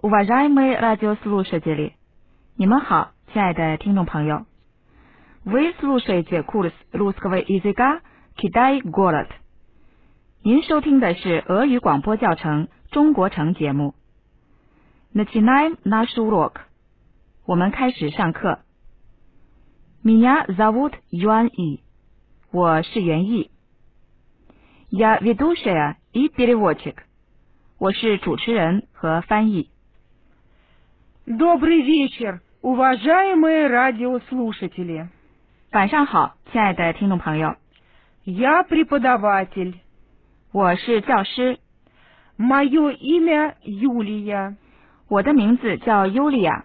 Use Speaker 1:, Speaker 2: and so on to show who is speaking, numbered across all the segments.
Speaker 1: уважаемые радиослушатели. 你们好，亲爱的听众朋友。Вы слушаете курс русского языка Китай город。您收听的是俄语广播教程《中国城》节目。Начинаем наш урок。我们开始上课。Меня зовут Юан И。我是袁毅。Я ведущая и переводчик。我是主持人和翻译。
Speaker 2: Добрый вечер, уважаемые радиослушатели.
Speaker 1: 晚上好，亲爱的听众朋友，
Speaker 2: Я преподаватель.
Speaker 1: 我是教师，
Speaker 2: Мое имя Юлия.
Speaker 1: 我的名字叫尤利亚，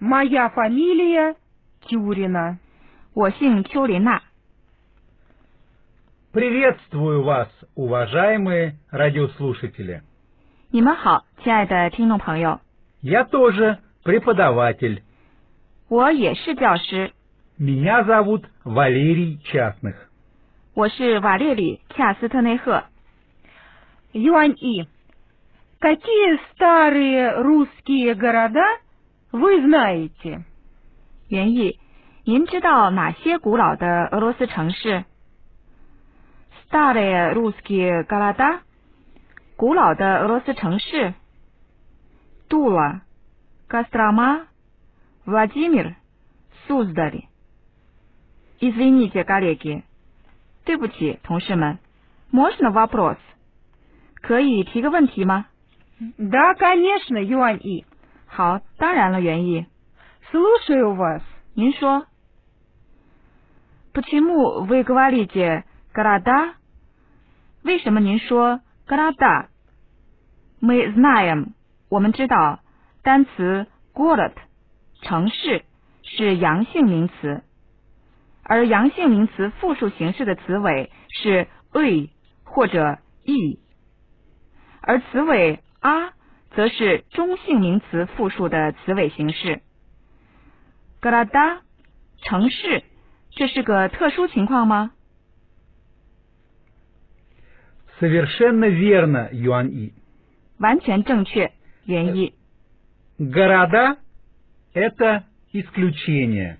Speaker 2: Моя фамилия Тюрина.
Speaker 1: 我姓丘琳娜。
Speaker 3: Приветствую вас, уважаемые радиослушатели.
Speaker 1: 你们好，亲爱的听众朋友，
Speaker 3: Я тоже преподаватель.
Speaker 1: 我也是教师，
Speaker 3: Меня зовут Валерий Частных.
Speaker 1: 我是瓦列里·恰斯特内赫。
Speaker 2: Юань И. Какие старые русские города вы знаете?
Speaker 1: 原意，您知道哪些古老的俄罗斯城市？Старые русские города，古老的俄罗斯城市。Тула、Кострома、Владимир、Суздаль。Извините, коллеги，对不起，同事们。Можно вопрос？可以提个问题吗？
Speaker 2: Да, конечно, Юань И.
Speaker 1: 好，当然了，原意。
Speaker 2: Слушаю вас.
Speaker 1: 您说，Почему вы говорите города？为什么您说 города？Мы знаем，我们知道，单词 город 城市是阳性名词，而阳性名词复数形式的词尾是 a 或者 e，而词尾 a 则是中性名词复数的词尾形式。格拉达城市，这是个特殊情况吗？
Speaker 3: Совершенно верно, Юань И.
Speaker 1: 完全正确，原意。
Speaker 3: Города – это исключение.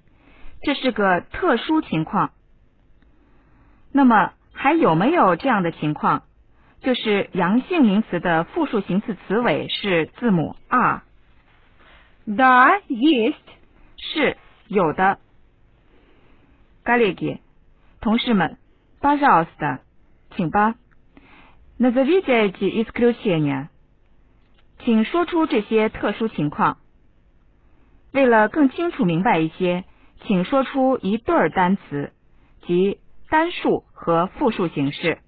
Speaker 1: 这是个特殊情况。那么还有没有这样的情况？就是阳性名词的复数形式词尾是字母 r，
Speaker 2: Да, есть.
Speaker 1: 是有的。коллеги，同事们，пожалуйста，请吧。Назовите эти исключения，请说出这些特殊情况。为了更清楚明白一些，请说出一对儿单词，即单数和复数形式。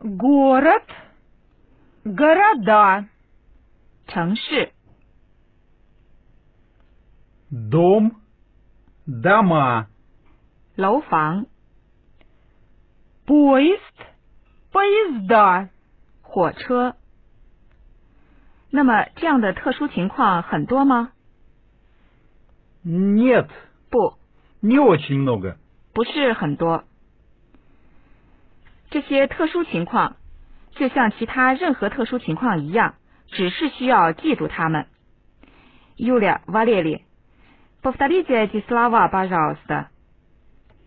Speaker 2: Город, города,
Speaker 1: 城市、
Speaker 3: Дом, дома,
Speaker 1: 楼房、
Speaker 2: поезд, поезда.
Speaker 1: 火车。那么，这样的特殊情况很多吗？
Speaker 3: нет,
Speaker 1: 不，
Speaker 3: не очень много.
Speaker 1: 不是很多。这些特殊情况，就像其他任何特殊情况一样，只是需要记住它们。Юлия Валерий, повторите эти слова, пожалуйста.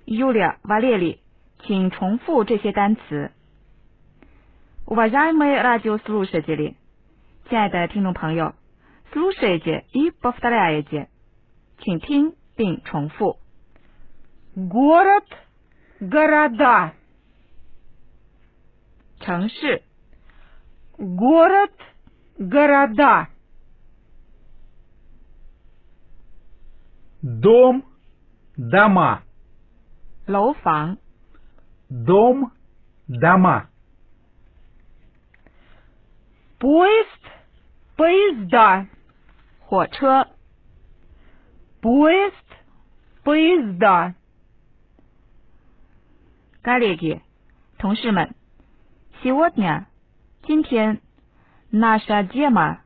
Speaker 1: Юлия Валерий，请重复这些单词。Уважаемые радиослушатели，亲爱的听众朋友，слушайте и повторяйте，请听并重复。
Speaker 2: Город, города.
Speaker 1: 城市、
Speaker 2: Город, города.
Speaker 3: Дом, дома,
Speaker 1: 楼房、
Speaker 3: дом, дома,
Speaker 2: Поезд, поезда,
Speaker 1: 火车、
Speaker 2: поезд, поезда.
Speaker 1: коллеги, 同事们，сегодня 啊今天наша тема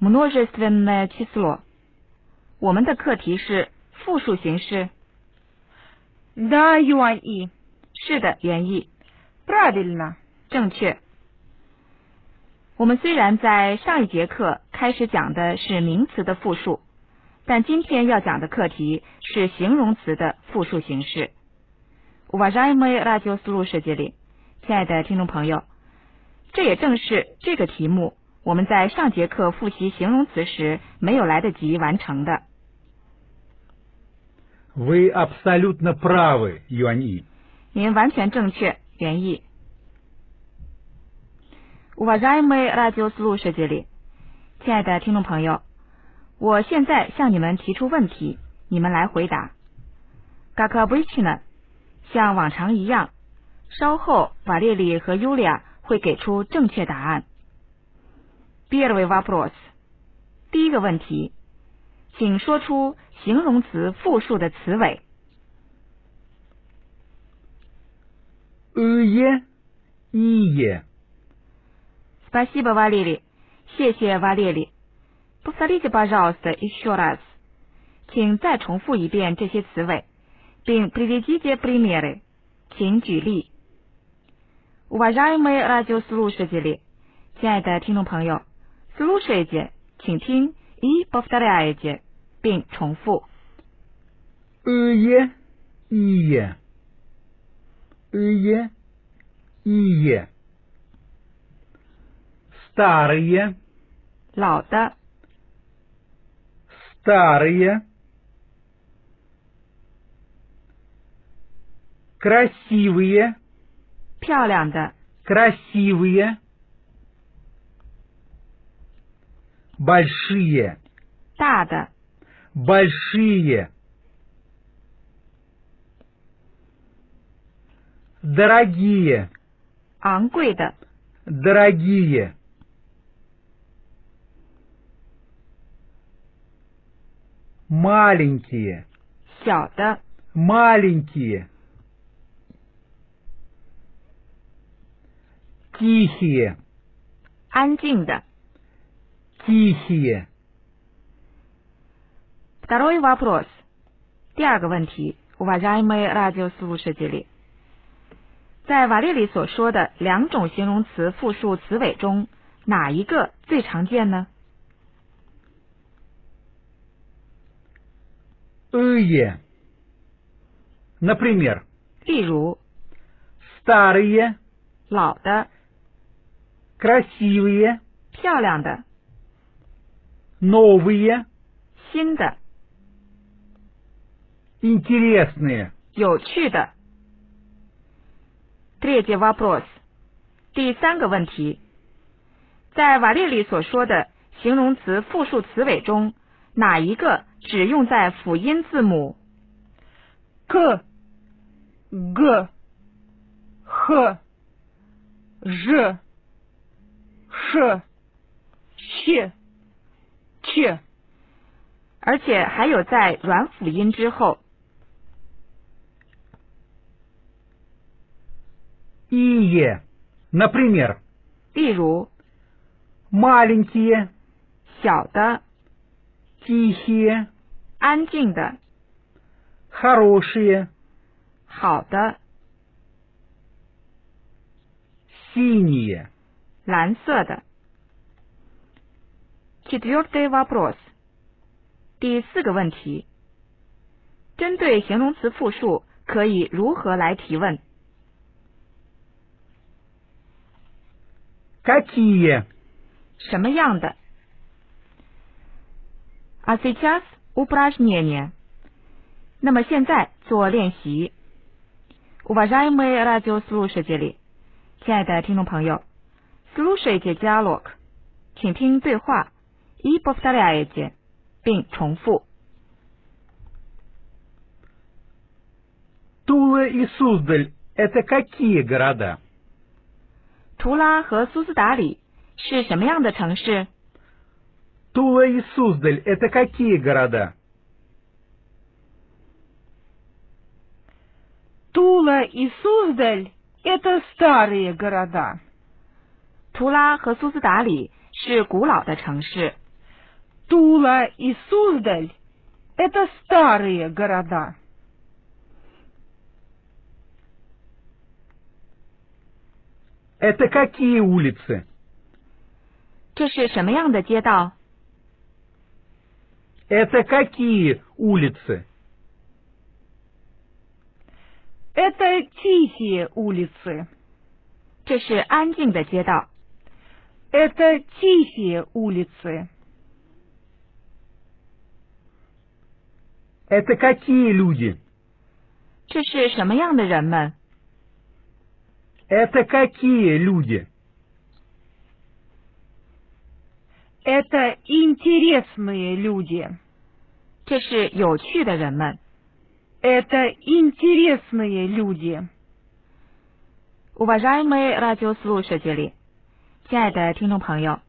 Speaker 1: множественное число，我们的课题是复数形式。
Speaker 2: Да, Юань И.
Speaker 1: 是的，原意
Speaker 2: Правильно.
Speaker 1: 正确。我们虽然在上一节课开始讲的是名词的复数，但今天要讲的课题是形容词的复数形式。Уважаемые радиослушатели，亲爱的听众朋友，这也正是这个题目我们在上节课复习形容词时没有来得及完成的。
Speaker 3: Вы абсолютно правы, Юани.
Speaker 1: 您完全正确，原意。Уважаемые радиослушатели，亲爱的听众朋友，我现在向你们提出问题，你们来回答。Как обычно，像往常一样，稍后瓦列里和尤利亚会给出正确答案。Первый вопрос，第一个问题，请说出形容词复数的词尾。
Speaker 3: Ие, ие.
Speaker 1: Спасибо, Валерий. 谢谢，瓦列里。Повторите, пожалуйста, еще раз. 请再重复一遍这些词尾，并 приведите примеры. 请举例。Уважаемые радиослушатели，亲爱的听众朋友，слушайте，请听，и повторяйте，并重复。
Speaker 3: Ие, ие. Ие, ие. Старые,
Speaker 1: 老的、
Speaker 3: старые. Красивые,
Speaker 1: 漂亮的、
Speaker 3: красивые. Большие,
Speaker 1: 大的、
Speaker 3: большие. Дорогие,
Speaker 1: 昂贵的、
Speaker 3: дорогие. Маленькие,
Speaker 1: 小的、
Speaker 3: маленькие. Тихие,
Speaker 1: 安静的。
Speaker 3: тихие.
Speaker 1: Второй вопрос. 第二个问题，уважаемые радиослушатели，在瓦列里所说的两种形容词复数词尾中，哪一个最常见呢
Speaker 3: Ие. Например,
Speaker 1: 例如，
Speaker 3: старые,
Speaker 1: 老的、
Speaker 3: красивые,
Speaker 1: 漂亮的、
Speaker 3: новые,
Speaker 1: 新的、
Speaker 3: интересные.
Speaker 1: 有趣的。Третий вопрос. 第三个问题，在瓦列里所说的形容词复数词尾中，哪一个只用在辅音字母
Speaker 2: К, Г, Х, Ж, Ш, Щ, Ч.
Speaker 1: 而且还有在软辅音之后。
Speaker 3: Ие. Например,
Speaker 1: 例如，
Speaker 3: маленькие,
Speaker 1: 小的、
Speaker 3: тихие,
Speaker 1: 安静的、
Speaker 3: хорошие,
Speaker 1: 好的、
Speaker 3: синие.
Speaker 1: 蓝色的。Четвертый вопрос. 第四个问题，针对形容词复数可以如何来提问？
Speaker 3: Какие?
Speaker 1: 什么样的？А 啊 сейчас упражнение。那么现在做练习。Уважаемые радиослушатели，亲爱的听众朋友，слушайте диалог，请听对话，и повторяйте，并重复。
Speaker 3: Тула и Суздаль – это какие города?
Speaker 1: 图拉和苏斯达里是什么样的城市？
Speaker 3: Тула и Суздаль – это какие города?
Speaker 2: Тула и Суздаль — это старые города.
Speaker 1: 图拉和苏斯达里是古老的城市，
Speaker 2: Тула и Суздаль — это старые города.
Speaker 3: Это какие улицы?
Speaker 1: 这是什么样的街道？
Speaker 3: Это какие улицы?
Speaker 2: Это тихие улицы.
Speaker 1: 这是安静的街道。
Speaker 2: Это тихие улицы.
Speaker 3: Это какие люди?
Speaker 1: 这是什么样的人们？
Speaker 3: Это какие люди?
Speaker 2: Это интересные люди.
Speaker 1: 这是有趣的人们。
Speaker 2: Это интересные люди.
Speaker 1: Уважаемые радиослушатели，亲爱的听众朋友，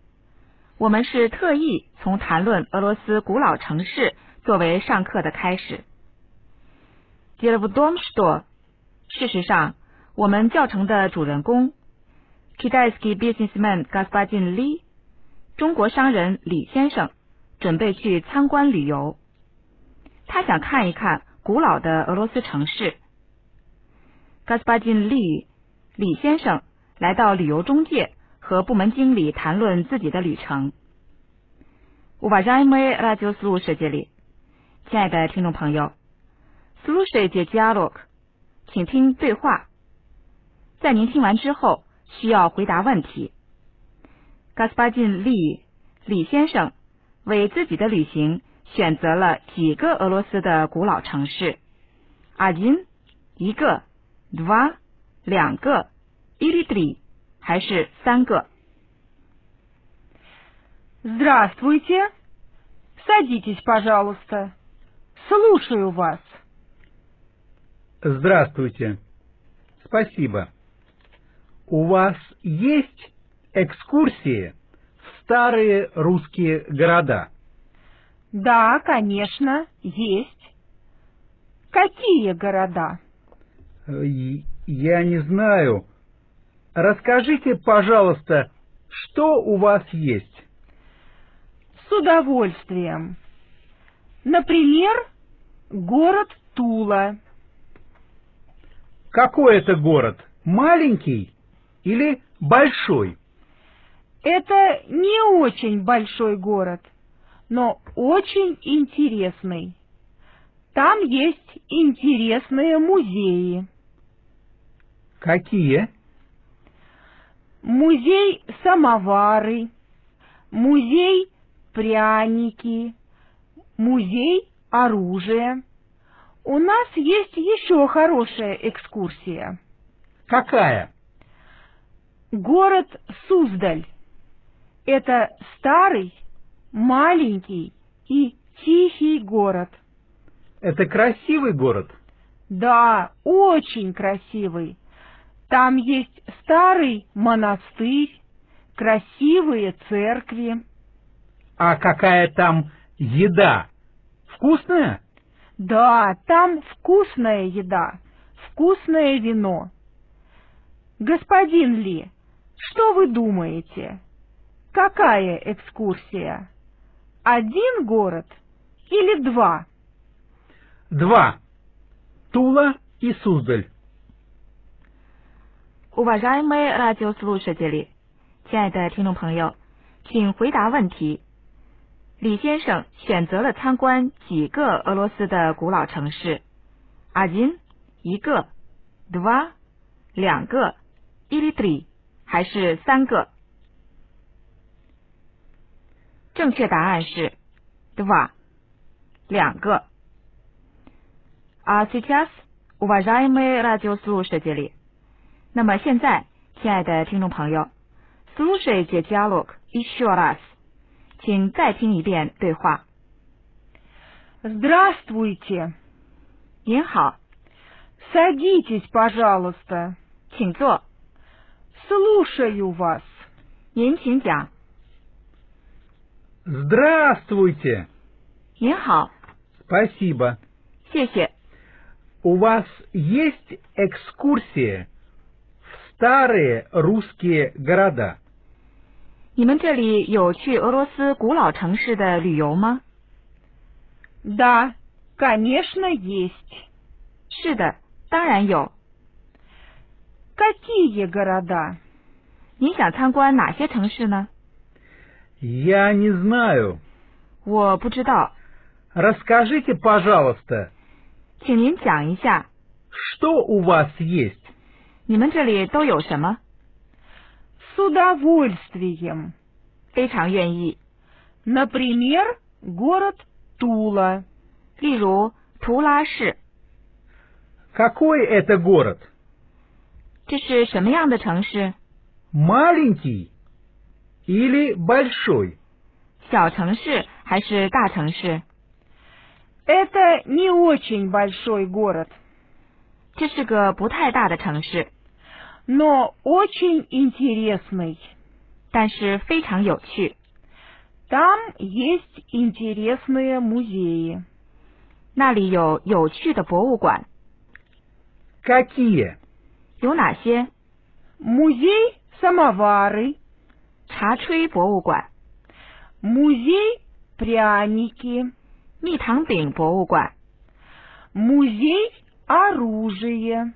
Speaker 1: 我们是特意从谈论俄罗斯古老城市作为上课的开始。d е л в д о м что，事实上，我们教程的主人公 Kitaisky businessman g a s p a d i n Li，中国商人李先生，准备去参观旅游。他想看一看古老的俄罗斯城市。g a s p a d i n Li 李先生来到旅游中介和部门经理谈论自己的旅程。Уважаемые радиослушатели，亲爱的听众朋友，слушайте диалог，请听对话。在您听完之后，需要回答问题。g a s p a d i n 利李先生为自己的旅行选择了几个俄罗斯的古老城市？один 一个，два 两个 i l i d 还是三个？
Speaker 2: Здравствуйте. Садитесь, пожалуйста. Слушаю вас.
Speaker 3: Здравствуйте. Спасибо. У вас есть экскурсии в старые русские города?
Speaker 2: Да, конечно, есть. Какие города?
Speaker 3: Э, и- Я не знаю. Расскажите, пожалуйста, что у вас есть?
Speaker 2: С удовольствием. Например, город Тула.
Speaker 3: Какой это город? Маленький или большой?
Speaker 2: Это не очень большой город, но очень интересный. Там есть интересные музеи.
Speaker 3: Какие?
Speaker 2: Музей самовары, музей пряники, музей оружия. У нас есть еще хорошая экскурсия.
Speaker 3: Какая?
Speaker 2: Город Суздаль. Это старый, маленький и тихий город.
Speaker 3: Это красивый город.
Speaker 2: Да, очень красивый. Там есть старый монастырь, красивые церкви.
Speaker 3: А какая там еда? Вкусная?
Speaker 2: Да, там вкусная еда, вкусное вино. Господин Ли, что вы думаете? Какая экскурсия? Один город или два?
Speaker 3: Два. Тула и Суздаль.
Speaker 1: Уважаемые радиослушатели，亲爱的听众朋友，请回答问题。李先生选择了参观几个俄罗斯的古老城市？один 一个，два 两个 и л и три 还是三个？正确答案是 два 两个。А сейчас, уважаемые радиослушатели. 那么现在，亲爱的听众朋友 s l u s h a j d i a l o g i s h u r a s 请再听一遍对话。
Speaker 2: Здравствуйте.
Speaker 1: 您好，
Speaker 2: Садитесь, пожалуйста.
Speaker 1: 请坐，
Speaker 2: Слушаю вас.
Speaker 1: 您请讲。
Speaker 3: Здравствуйте.
Speaker 1: 您好，
Speaker 3: Спасибо.
Speaker 1: 谢谢。
Speaker 3: У вас есть экскурсия в старые русские города?
Speaker 1: 你们这里有去俄罗斯古老城市的旅游吗？
Speaker 2: Да, конечно, есть.
Speaker 1: 是的，当然有。
Speaker 2: Какие города?
Speaker 1: 您想参观哪些城市呢？
Speaker 3: Я не знаю.
Speaker 1: 我不知道，
Speaker 3: Расскажите, пожалуйста,
Speaker 1: 请您讲一下，
Speaker 3: что у вас есть?
Speaker 1: 你们这里都有什么？
Speaker 2: С удовольствием.
Speaker 1: 非常愿意。
Speaker 2: Например, город Тула.
Speaker 1: 例如图拉市，
Speaker 3: Какой это город?
Speaker 1: 这是什么样的城市？
Speaker 3: Маленький или большой?
Speaker 1: 小城市还是大城市？
Speaker 2: Это не очень большой город,
Speaker 1: 这是个不太大的城市，
Speaker 2: но очень интересный.
Speaker 1: 但是非常有趣。
Speaker 2: Там есть интересные музеи.
Speaker 1: 那里有有趣的博物馆，
Speaker 3: Какие?
Speaker 1: 有哪些？
Speaker 2: Музей самовары,
Speaker 1: 茶炊博物馆、
Speaker 2: музей пряники,
Speaker 1: 蜜糖饼博物馆、
Speaker 2: музей оружия.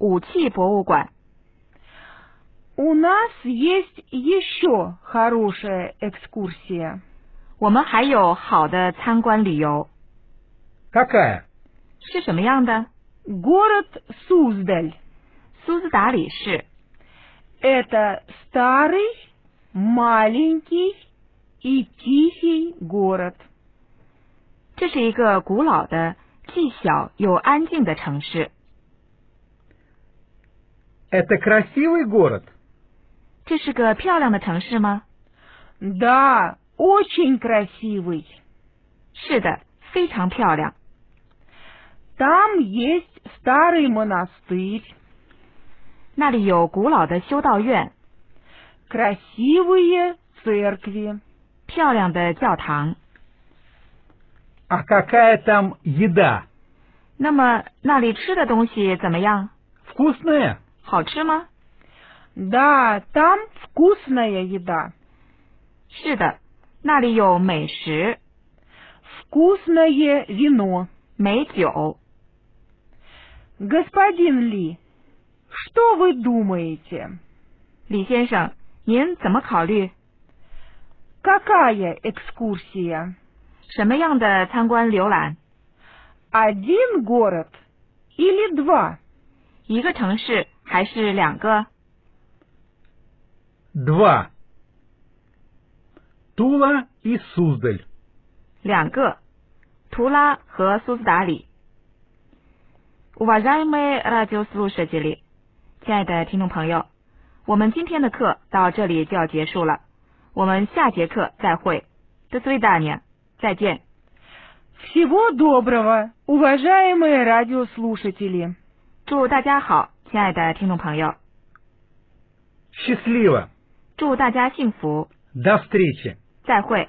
Speaker 1: 武器博物馆。
Speaker 2: У нас есть еще хорошая экскурсия.
Speaker 1: 我们还有好的参观旅游，
Speaker 3: Какая?
Speaker 1: 是什么样的？
Speaker 2: Город Суздаль.
Speaker 1: 苏斯达里市，
Speaker 2: Это старый, маленький и тихий город.
Speaker 1: 这是一个古老的、既小又安静的城市。
Speaker 3: Это красивый город?
Speaker 1: 这是个漂亮的城市吗？
Speaker 2: Да, очень красивый.
Speaker 1: 是的，非常漂亮。
Speaker 2: Там есть старый монастырь,
Speaker 1: 那里有古老的修道院、
Speaker 2: красивые церкви.
Speaker 1: 漂亮的教堂。
Speaker 3: А какая там еда?
Speaker 1: 那么那里吃的东西怎么样？
Speaker 3: Вкусная?
Speaker 1: 好吃吗？
Speaker 2: Да, там вкусная еда,
Speaker 1: 是的，那里有美食、
Speaker 2: вкусное вино.
Speaker 1: 美酒。
Speaker 2: Господин Ли, что вы думаете?
Speaker 1: 李先生，您怎么考虑？
Speaker 2: Какая экскурсия?
Speaker 1: 什么样的参观浏览？
Speaker 2: Один город или два?
Speaker 1: 一个城市还是两个？
Speaker 3: Два. Тула и Суздаль.
Speaker 1: 两个，图拉和苏斯达里。Уважаемые радиослушатели，亲爱的听众朋友，我们今天的课到这里就要结束了，我们下节课再会。До свидания，再见。
Speaker 2: Всего доброго, уважаемые радиослушатели!
Speaker 1: 祝大家好，亲爱的听众朋友，
Speaker 3: Счастливо.
Speaker 1: 祝大家幸福，
Speaker 3: До встречи.
Speaker 1: 再会。